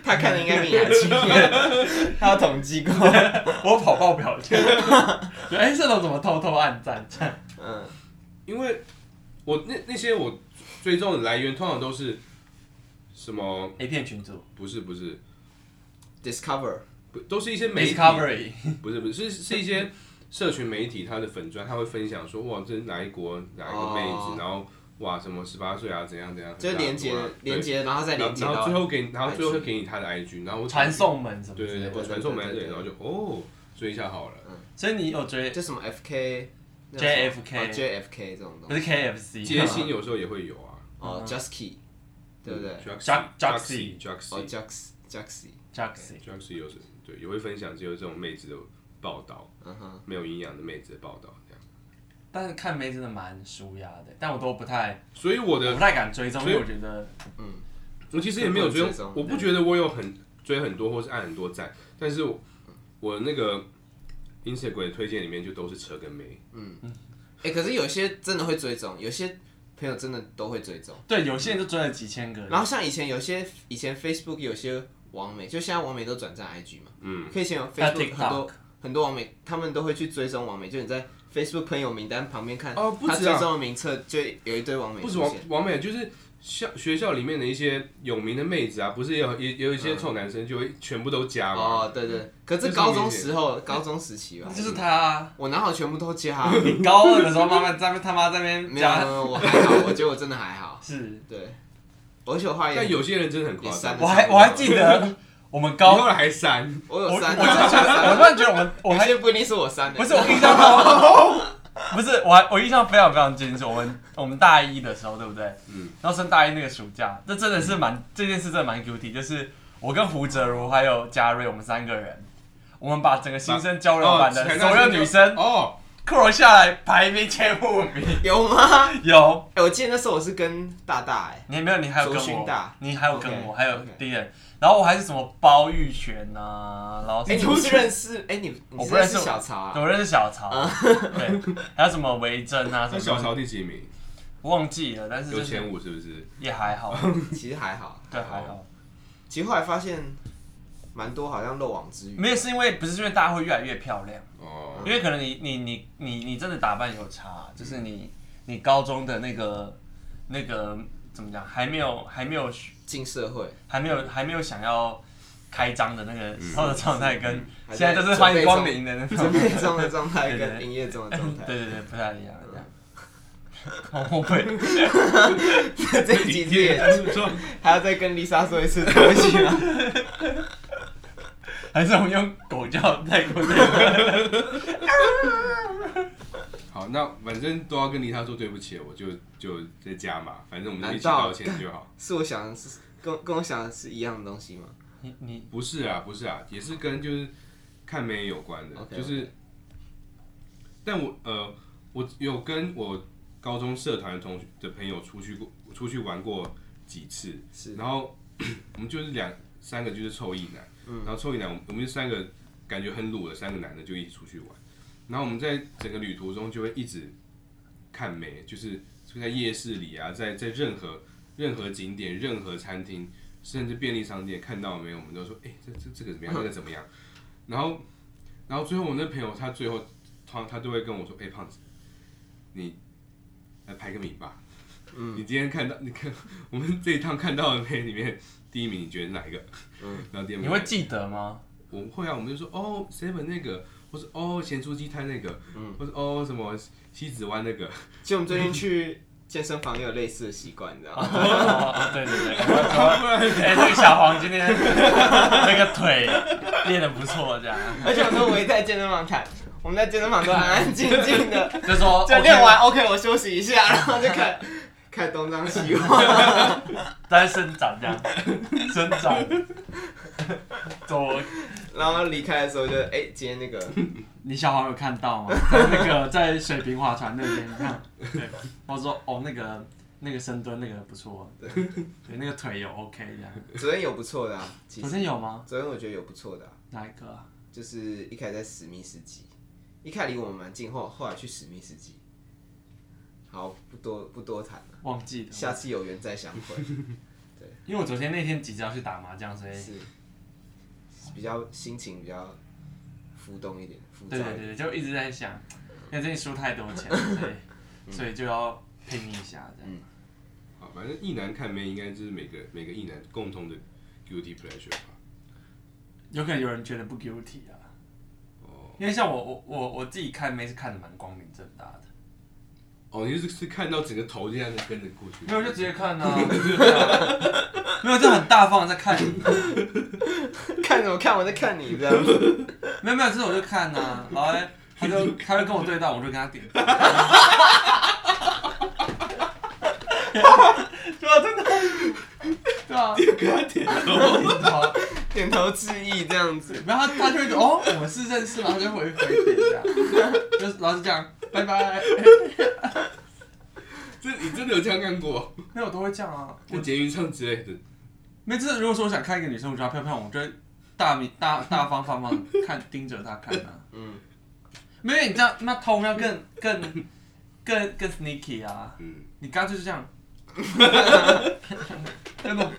[SPEAKER 2] 他看的应该比你还清楚，他有统计过。
[SPEAKER 1] 我跑爆表 情，就哎盛龙怎么偷偷按赞？这样
[SPEAKER 2] 嗯，
[SPEAKER 3] 因为我那那些我追踪的来源通常都是什么？
[SPEAKER 1] A 片群主
[SPEAKER 3] 不是不是，
[SPEAKER 2] Discover，
[SPEAKER 3] 不都是一些媒体
[SPEAKER 1] Discovery，
[SPEAKER 3] 不是不是是是一些社群媒体它的粉砖，他会分享说哇，这是哪一国哪一个妹子，
[SPEAKER 2] 哦
[SPEAKER 3] 然后哇什么十八岁啊，怎样怎样，
[SPEAKER 2] 就是连接
[SPEAKER 3] 很大多啊
[SPEAKER 2] 连，接，然后再
[SPEAKER 3] 对
[SPEAKER 2] 连
[SPEAKER 3] 然
[SPEAKER 2] 接
[SPEAKER 3] 后然后
[SPEAKER 2] 到
[SPEAKER 3] 最。后给你，然后
[SPEAKER 2] IG
[SPEAKER 3] 最后会给你他的 IG，然后我
[SPEAKER 1] 传，送门什么
[SPEAKER 3] 对
[SPEAKER 1] 之
[SPEAKER 3] 对
[SPEAKER 1] 类
[SPEAKER 3] 对，
[SPEAKER 1] 的，
[SPEAKER 3] 我传送门在这
[SPEAKER 2] 对
[SPEAKER 3] 里，
[SPEAKER 2] 对对
[SPEAKER 3] 然后就哦追一下好了，
[SPEAKER 1] 所以你有追
[SPEAKER 2] 就什么 FK、
[SPEAKER 1] JFK
[SPEAKER 2] 哦 JFK 这种
[SPEAKER 1] 不
[SPEAKER 2] 东
[SPEAKER 1] 是
[SPEAKER 2] 西，
[SPEAKER 3] 接
[SPEAKER 1] KFC
[SPEAKER 3] 信有时候也会有啊，
[SPEAKER 2] 哦 Just Key，对不对？
[SPEAKER 3] 嗯
[SPEAKER 1] Jack-
[SPEAKER 3] Jaxi
[SPEAKER 2] 哦
[SPEAKER 3] Jaxi
[SPEAKER 2] Jux Juxy，
[SPEAKER 1] Jaxi，
[SPEAKER 3] Jaxi 有时对也会分享只有这种妹子的报道，
[SPEAKER 2] 嗯哼，
[SPEAKER 3] 没有营养的妹子的报道这样，
[SPEAKER 1] 但是看妹真的蛮舒压的，但我都不太。
[SPEAKER 3] 所以我
[SPEAKER 1] 我
[SPEAKER 3] 的
[SPEAKER 2] 嗯
[SPEAKER 1] 不太敢追踪，因
[SPEAKER 3] 所以
[SPEAKER 1] 为我觉得
[SPEAKER 3] 我其实也没有追
[SPEAKER 2] 追踪
[SPEAKER 3] 我不觉得我有很追很多或是按很多赞，但是我我那个 Instagram 的推荐里面就都是车跟妹，
[SPEAKER 2] 哎，可是有些真的会追踪，有些朋友真的都会追踪。
[SPEAKER 1] 对有些人就追了几千个人，
[SPEAKER 3] 啊
[SPEAKER 2] 然后像以前有些以前 Facebook 有些网美，就现在网美都转战 IG 嘛，
[SPEAKER 3] 嗯，
[SPEAKER 2] 可以前有
[SPEAKER 1] 还有
[SPEAKER 2] Facebook 很
[SPEAKER 1] TikTok
[SPEAKER 2] 多很多网美，他们都会去追踪网美，就你在 Facebook 朋友名单旁边看，
[SPEAKER 3] 哦不
[SPEAKER 2] 他
[SPEAKER 3] 止
[SPEAKER 2] 追
[SPEAKER 3] 啊
[SPEAKER 2] 踪的名册就有一堆嗯网美
[SPEAKER 3] 不
[SPEAKER 2] 出
[SPEAKER 3] 是
[SPEAKER 2] 现。
[SPEAKER 3] 王王美，就是校学校里面的一些有名的妹子啊，不是也有也也有一些臭男生就会全部都加
[SPEAKER 2] 嗯
[SPEAKER 3] 嘛，
[SPEAKER 2] 哦，对对，
[SPEAKER 1] 嗯
[SPEAKER 2] 可
[SPEAKER 3] 这
[SPEAKER 2] 是
[SPEAKER 3] 是
[SPEAKER 2] 高
[SPEAKER 3] 明
[SPEAKER 2] 中
[SPEAKER 3] 显
[SPEAKER 2] 时候，高中时期吧
[SPEAKER 1] 那，就是他啊。
[SPEAKER 2] 我哪有全部都加、
[SPEAKER 1] 你高二的时候，妈妈在那边他妈在那边
[SPEAKER 2] 没有，没
[SPEAKER 1] 加，
[SPEAKER 2] 有，我还好，我觉得我真的还好。
[SPEAKER 1] 是
[SPEAKER 2] 对，而且我画
[SPEAKER 3] 但
[SPEAKER 2] 也，
[SPEAKER 3] 有些人真的很夸
[SPEAKER 2] 也删
[SPEAKER 3] 张
[SPEAKER 2] 了，
[SPEAKER 1] 我还我还记 得我们
[SPEAKER 3] 你
[SPEAKER 1] 高，
[SPEAKER 3] 后来还删，
[SPEAKER 2] 我
[SPEAKER 1] 我我
[SPEAKER 2] 有
[SPEAKER 1] 真的
[SPEAKER 2] 删、
[SPEAKER 1] 觉得，我突
[SPEAKER 2] 啊，
[SPEAKER 1] 然觉得我们我
[SPEAKER 2] 我还
[SPEAKER 1] 还
[SPEAKER 2] 就不一定是我删的，
[SPEAKER 1] 不是我印象好， 不是我还我印象非常非常清楚，我们我们大一的时候，对不对？
[SPEAKER 3] 嗯，
[SPEAKER 1] 然后升大一那个暑假，这真的是蛮这件事真的蛮 guilty，就是。我跟胡哲如还有嘉瑞，我们三个人，我们把整个新生交流版的所有女生
[SPEAKER 3] 哦，
[SPEAKER 1] 扣下来，排名前五 名。
[SPEAKER 2] 有吗？
[SPEAKER 1] 有，
[SPEAKER 2] 哎，我记得那时候我是跟大大哎，
[SPEAKER 1] 你没有？你还有跟
[SPEAKER 2] 卓勋
[SPEAKER 1] 我
[SPEAKER 2] 大，
[SPEAKER 1] 你还有跟我，
[SPEAKER 2] OK，
[SPEAKER 1] 还有
[SPEAKER 2] OK
[SPEAKER 1] 第一人，然后我还是什么包玉泉呐，然后
[SPEAKER 2] 哎，你
[SPEAKER 1] 什么
[SPEAKER 2] 不是认识哎，你
[SPEAKER 1] 我
[SPEAKER 2] 你
[SPEAKER 1] 不
[SPEAKER 2] 是
[SPEAKER 1] 认
[SPEAKER 2] 认
[SPEAKER 1] 识
[SPEAKER 2] 识小曹啊？
[SPEAKER 1] 我认识小 曹，对，还有什么维珍啊什
[SPEAKER 3] 那
[SPEAKER 1] 么，
[SPEAKER 3] 小曹第几名？
[SPEAKER 1] 忘记了，但是
[SPEAKER 3] 有
[SPEAKER 1] 就是
[SPEAKER 3] 前五是不是？
[SPEAKER 1] 也还 好，
[SPEAKER 2] 其实还好，
[SPEAKER 1] 对，还好。
[SPEAKER 2] 其实后来发现蛮多好像漏网之鱼，
[SPEAKER 1] 没有是因为不是因为大家会越来越漂亮，
[SPEAKER 3] 哦，
[SPEAKER 1] 因为可能你你你你你真的打扮有差，就是你你高中的那个那个怎么讲，还没有还没有
[SPEAKER 2] 进社 会，
[SPEAKER 1] 还没有还没有想要开张的那
[SPEAKER 2] 嗯
[SPEAKER 1] 个时候的状态，跟
[SPEAKER 2] 还
[SPEAKER 1] 现
[SPEAKER 2] 在
[SPEAKER 1] 在就是欢迎光临的那种
[SPEAKER 2] 准，备中的状态
[SPEAKER 1] 对对
[SPEAKER 2] 跟
[SPEAKER 1] 对
[SPEAKER 2] 营业中的
[SPEAKER 1] 对
[SPEAKER 2] 状态，
[SPEAKER 1] 对对，不太一样这样。我会，
[SPEAKER 2] 这一集
[SPEAKER 3] 你
[SPEAKER 2] 也
[SPEAKER 3] 你说
[SPEAKER 2] 还要再跟丽莎说一次对不起吗？
[SPEAKER 1] 还是我们用狗叫带过去？
[SPEAKER 3] 好，那反正都要跟丽莎说对不起，我就就在家嘛，反正我们就一起
[SPEAKER 2] 难道
[SPEAKER 3] 道歉就好。
[SPEAKER 2] 是我想的是跟跟我想的是一样的东西吗？
[SPEAKER 1] 你你
[SPEAKER 3] 不是啊，不是啊，也是跟就是看美有关的
[SPEAKER 2] OK，OK
[SPEAKER 3] 就是，但我呃，我有跟我高中社团的同学的朋友出去过，出去玩过几次，
[SPEAKER 2] 是
[SPEAKER 3] 然后我们就是两三个就是臭一男，然后臭一男，我们我们就三个感觉很鲁的三个男的就一起出去玩，然后我们在整个旅途中就会一直看美，就是就在夜市里啊，在在任何任何景点、任何餐厅，甚至便利商店看到没有，我们都说，哎、这这这个怎么样，那个怎么样，然后然后最后我那朋友他最后他他都会跟我说，哎、胖子，你来拍个名吧。你今天看到，你看 我们这一趟看到的美里面，第一名你觉得是哪一个？嗯，然后第二
[SPEAKER 1] 你
[SPEAKER 3] 名
[SPEAKER 1] 会记得吗？
[SPEAKER 3] 我们会啊，我们就说哦，seven 那个，或是哦咸猪鸡摊那个，或是哦什么西子湾那个，
[SPEAKER 2] 其实我们最近去健身房也有类似的习惯，你知道吗？
[SPEAKER 1] 哦对对对，哎，这个小黄今天 那个腿练得不错，这样
[SPEAKER 2] 而且我都围在健身房看，我们在健身房都安安静静的，
[SPEAKER 1] 就说
[SPEAKER 2] 就练完 OK 我休息一下，然后就看看东张西望，
[SPEAKER 1] 在生长这样，生长，走。
[SPEAKER 2] 然后离开的时候就哎、今天那个
[SPEAKER 1] 你小黄有看到 吗？在那个在水平划船那边，你看，对，我说哦，那个那个深蹲那个不错，对，对，那个腿有 OK 这样。
[SPEAKER 2] 昨天有不错的、啊，其
[SPEAKER 1] 昨
[SPEAKER 2] 实
[SPEAKER 1] 天有吗？
[SPEAKER 2] 昨天我觉得有不错的啊、
[SPEAKER 1] 哪一个啊？
[SPEAKER 2] 就是一开始在史密斯基，一开始离我们蛮近，后后来去史密斯基。好，不多不多谈了，
[SPEAKER 1] 忘记了，
[SPEAKER 2] 下次有缘再相会。
[SPEAKER 1] 因为我昨天那天急着要去打麻将，所以
[SPEAKER 2] 是比较心情比较浮动一点，浮躁
[SPEAKER 1] 对
[SPEAKER 2] 一
[SPEAKER 1] 对
[SPEAKER 2] 点。
[SPEAKER 1] 对，对就一直在想，因为最近输太多 钱，所以所以就要拼一下这样。
[SPEAKER 3] 好，反正一男看妹应该就是每个每个一男共同的 guilty pleasure 吧。
[SPEAKER 1] 有可能有人觉得不 guilty 啊，
[SPEAKER 3] 哦
[SPEAKER 1] 因为像我我我我自己看妹是看的蛮光明正大的，
[SPEAKER 3] 哦，你是是看到整个头这样子跟着过去？
[SPEAKER 1] 没有就直接看 啊，没有就很大方地在看，
[SPEAKER 2] 看什么看？我在看你这 样子。
[SPEAKER 1] 没有没有，这我就看啊，然后呢他就他就跟我对到，我就跟他点头， 对啊，真的，对啊，
[SPEAKER 3] 跟他点头。
[SPEAKER 1] 点头。
[SPEAKER 2] 点头致意这样子。
[SPEAKER 1] 然后他他就会说哦，我们是认识吗？他就回回点这样，就是老师讲拜拜，
[SPEAKER 3] 这你真的有这样看过？
[SPEAKER 1] 没有我都会这样啊。
[SPEAKER 3] 在捷运上之类的。
[SPEAKER 1] 没有，就是如果说我想看一个女生，我觉得她漂漂亮，我就会大明大大方方地看盯着她看啊。
[SPEAKER 2] 嗯，
[SPEAKER 1] 没有，你这样那通要更更更更 sneaky 啊！
[SPEAKER 3] 嗯，
[SPEAKER 1] 你刚刚就是这样，真的，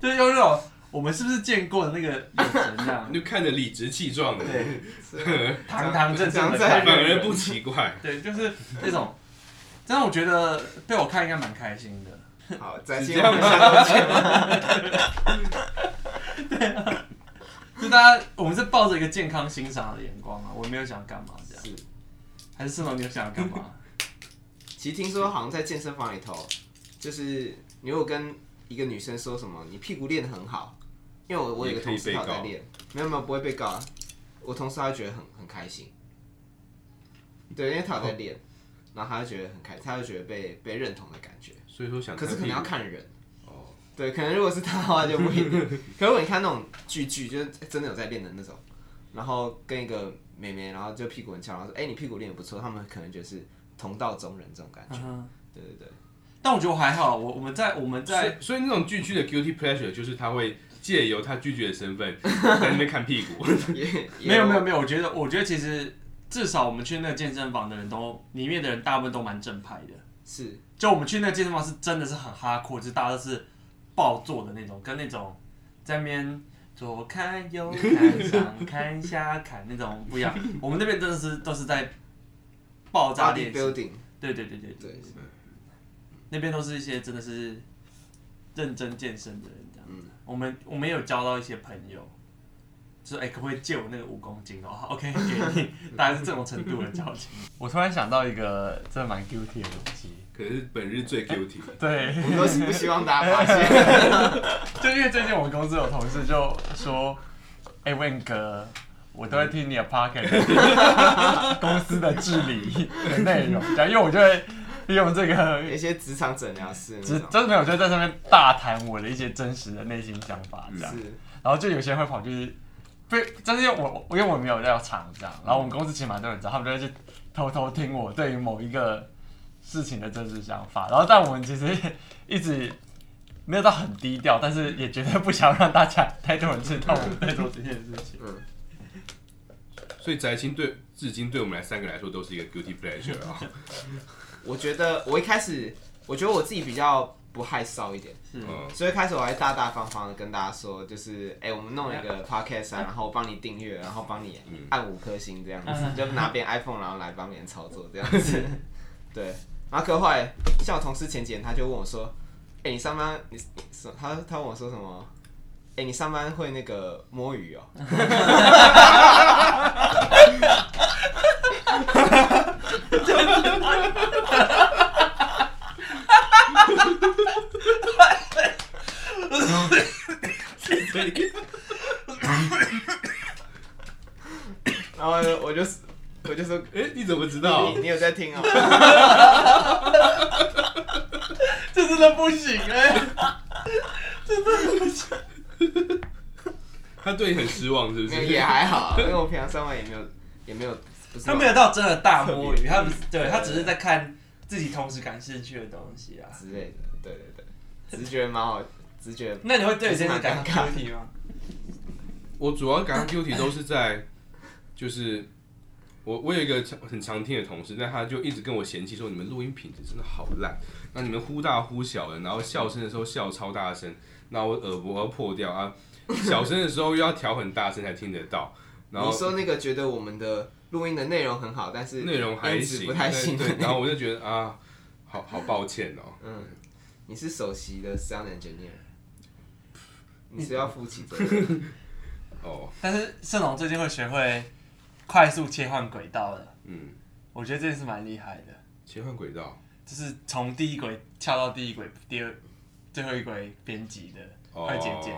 [SPEAKER 1] 就是用那种我们是不是见过的那个眼神这样
[SPEAKER 3] 你，就看着理直气壮的，
[SPEAKER 2] 对，
[SPEAKER 1] 堂堂正正的
[SPEAKER 2] 长在
[SPEAKER 1] 看
[SPEAKER 3] 反。而不奇怪。
[SPEAKER 1] 对，就是那种，但我觉得被我看应该蛮开心的。
[SPEAKER 2] 好，再
[SPEAKER 3] 是
[SPEAKER 2] 见
[SPEAKER 3] 这。样
[SPEAKER 1] 就大家，我们是抱着一个健康欣赏的眼光啊，我没有想干嘛这样，
[SPEAKER 2] 是
[SPEAKER 1] 还是是吗？你有想要干嘛？
[SPEAKER 2] 其实听说好像在健身房里头，就是你如果跟一个女生说什么，你屁股练得很好，因为我我有一个同事他有在
[SPEAKER 3] 也可以
[SPEAKER 2] 练，没有没有不会被告啊，我同事他会觉得很很开心，对，因为他
[SPEAKER 3] 哦
[SPEAKER 2] 有在练，然后他就觉得很开，他就觉得被被认同的感觉，
[SPEAKER 3] 所以说想
[SPEAKER 2] 可
[SPEAKER 3] 看
[SPEAKER 2] 是可能
[SPEAKER 3] 屁股
[SPEAKER 2] 要看人，
[SPEAKER 3] 哦，
[SPEAKER 2] 对，可能如果是他的话就不 一定。可是如果你看那种剧剧，就是真的有在练的那种，然后跟一个妹妹，然后就屁股很翘，然后说：“哎、你屁股练的不错。”他们可能觉得是同道中人这种感觉。
[SPEAKER 1] 嗯
[SPEAKER 2] 对对对，
[SPEAKER 1] 但我觉得我还好，我我们在我们在
[SPEAKER 3] 所以所以那种剧剧的 guilty pleasure 就是他会借由他拒绝的身 份在那边看屁股，
[SPEAKER 2] 也
[SPEAKER 1] 没有没有没有，我觉得我觉得其实至少我们去那个健身房的人都里面的人大部分都蛮正派的，
[SPEAKER 2] 是
[SPEAKER 1] 就我们去那个健身房是真的是很哈阔，就是大家都是暴坐的那种，跟那种在那边左看右看上看下看那种不一样。我们那边真的是都是在爆炸
[SPEAKER 2] body
[SPEAKER 1] 练习，
[SPEAKER 2] building，
[SPEAKER 1] 对对对对对，
[SPEAKER 2] 对，
[SPEAKER 1] 那边都是一些真的是认真健身的人这样子。我们我们也有交到一些朋友。就是哎、可不可以借我那个五公斤哦好？OK，给你，大概是这种程度的交情。我突然想到一个真的蛮 guilty 的东西，
[SPEAKER 3] 可能是本日最 guilty 的。
[SPEAKER 1] 对，
[SPEAKER 2] 我们都是不希望大家发 现。
[SPEAKER 1] 就因为最近我们公司有同事就说：“哎、w e n 哥，我都会听你的 Pocket 公司的治理的内容，这样，因为我就会利用这个，
[SPEAKER 2] 有一些职场诊疗室
[SPEAKER 1] 只
[SPEAKER 2] 那种，
[SPEAKER 1] 真的没有，就在上面大谈我的一些真实的内心想法，这样。
[SPEAKER 2] 是
[SPEAKER 1] 然后就有些人会跑去，被，但是因为我我因为我没有要藏这样，然后我们公司起码都有人知道，他们就会去偷偷听我对于某一个事情的真实想法。然后但我们其实一直没有到很低调，但是也绝对不想让大家太多人知道我们在做这件事 情。
[SPEAKER 2] 嗯，
[SPEAKER 3] 所以宅青对至今对我们来三个来说都是一个 guilty pleasure 啊、
[SPEAKER 2] 我觉得我一开始，我觉得我自己比较不害臊一点。
[SPEAKER 1] 是
[SPEAKER 3] 嗯，
[SPEAKER 2] 所以一开始我还大大方方的跟大家说，就是哎、我们弄了一个 podcast 啊，然后帮你订阅，然后帮你按五颗星这样子，就拿别人 iPhone 然后来帮别人操作这样子。对，然后可后来像我同事前几天他就问我说，哎、你上班你你什他他问我说什么？哎、你上班会那个摸鱼哦、然后我就我就说，
[SPEAKER 3] 哎、你怎么知道
[SPEAKER 2] 你？你有在听哦、
[SPEAKER 1] 这真的不行哎、
[SPEAKER 3] 他对你很失望是不
[SPEAKER 2] 没
[SPEAKER 3] 是？
[SPEAKER 2] 有也还
[SPEAKER 3] 啊
[SPEAKER 2] 好， 因为我平常上班也没有也没有，不是
[SPEAKER 1] 他没有到真的大摸鱼，他不是对他只是在看自己同时感兴趣的东西啊。
[SPEAKER 2] 之类的，对对对，只是觉得蛮好，只是觉得
[SPEAKER 1] 那你会对这件事感
[SPEAKER 2] 还是蛮
[SPEAKER 1] 到
[SPEAKER 2] 尴尬
[SPEAKER 1] guilty 吗？
[SPEAKER 3] 我主要
[SPEAKER 2] 哎
[SPEAKER 3] 感到 guilty 都是在，就是我我有一个常很常听的同事，但他就一直跟我嫌弃说你们录音品质真的好烂，那你们忽大忽小的，然后笑声的时候笑超大声，那我耳膜要破掉啊，小声的时候又要调很大声才听得到，然
[SPEAKER 2] 你
[SPEAKER 3] 后
[SPEAKER 2] 说那个觉得我们的录音的内容很好，但是
[SPEAKER 3] 内容还
[SPEAKER 2] 音质
[SPEAKER 3] 行，
[SPEAKER 2] 不太
[SPEAKER 3] 对
[SPEAKER 2] 行。
[SPEAKER 3] 对，然后我就觉得啊，好好抱歉哦、
[SPEAKER 2] 嗯，你是首席的 sound engineer，你是要负起责 任的。
[SPEAKER 3] 哦，
[SPEAKER 1] 但是盛龙最近会学会快速切换轨道了，
[SPEAKER 3] 嗯，
[SPEAKER 1] 我觉得这件事蛮厉害的，
[SPEAKER 3] 切换轨道，
[SPEAKER 1] 就是从第一轨跳到第一轨，第二最后一轨编辑的
[SPEAKER 3] 哦，
[SPEAKER 1] 快捷键。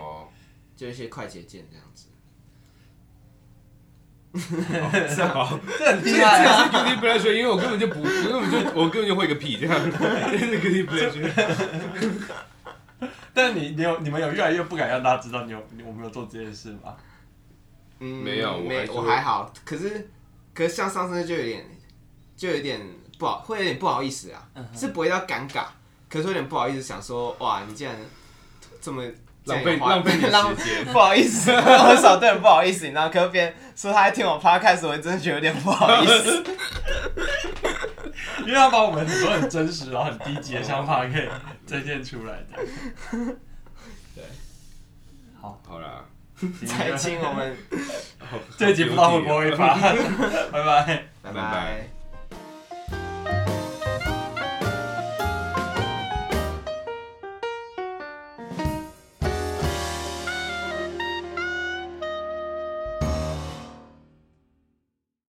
[SPEAKER 2] 就一些快捷键这样子。
[SPEAKER 3] 是好。
[SPEAKER 1] 这很厉害 啊！
[SPEAKER 3] guilty pleasure，因为我根本就不，我根本就我根本就会个屁这样，这是 guilty pleasure。
[SPEAKER 1] 但你你有你们有越来越不敢让大家知道你有你我们有做这件事吗？
[SPEAKER 2] 嗯，
[SPEAKER 3] 没有我还
[SPEAKER 2] 没，
[SPEAKER 3] 是
[SPEAKER 2] 我还好。可是，可是像上次就有点，就有点不好，会有点不好意思啊，是不会到尴尬，可是有点不好意思，想说哇，你竟然这么
[SPEAKER 3] 浪
[SPEAKER 2] 这样
[SPEAKER 3] 费
[SPEAKER 2] 有话
[SPEAKER 3] 浪费你的
[SPEAKER 2] 浪
[SPEAKER 3] 时间
[SPEAKER 2] 不好意思， 我少对人不好意思，你知道，可是别人说他在听我 podcast，我真的觉得有点不好意 思。
[SPEAKER 1] 因为他把我们很多很真实然后很低级的想法给展现出来的。
[SPEAKER 3] 好啦，
[SPEAKER 2] 才亲，我们
[SPEAKER 1] 这一集不知道会不会发，拜拜。
[SPEAKER 2] 拜
[SPEAKER 3] 拜拜
[SPEAKER 2] 拜。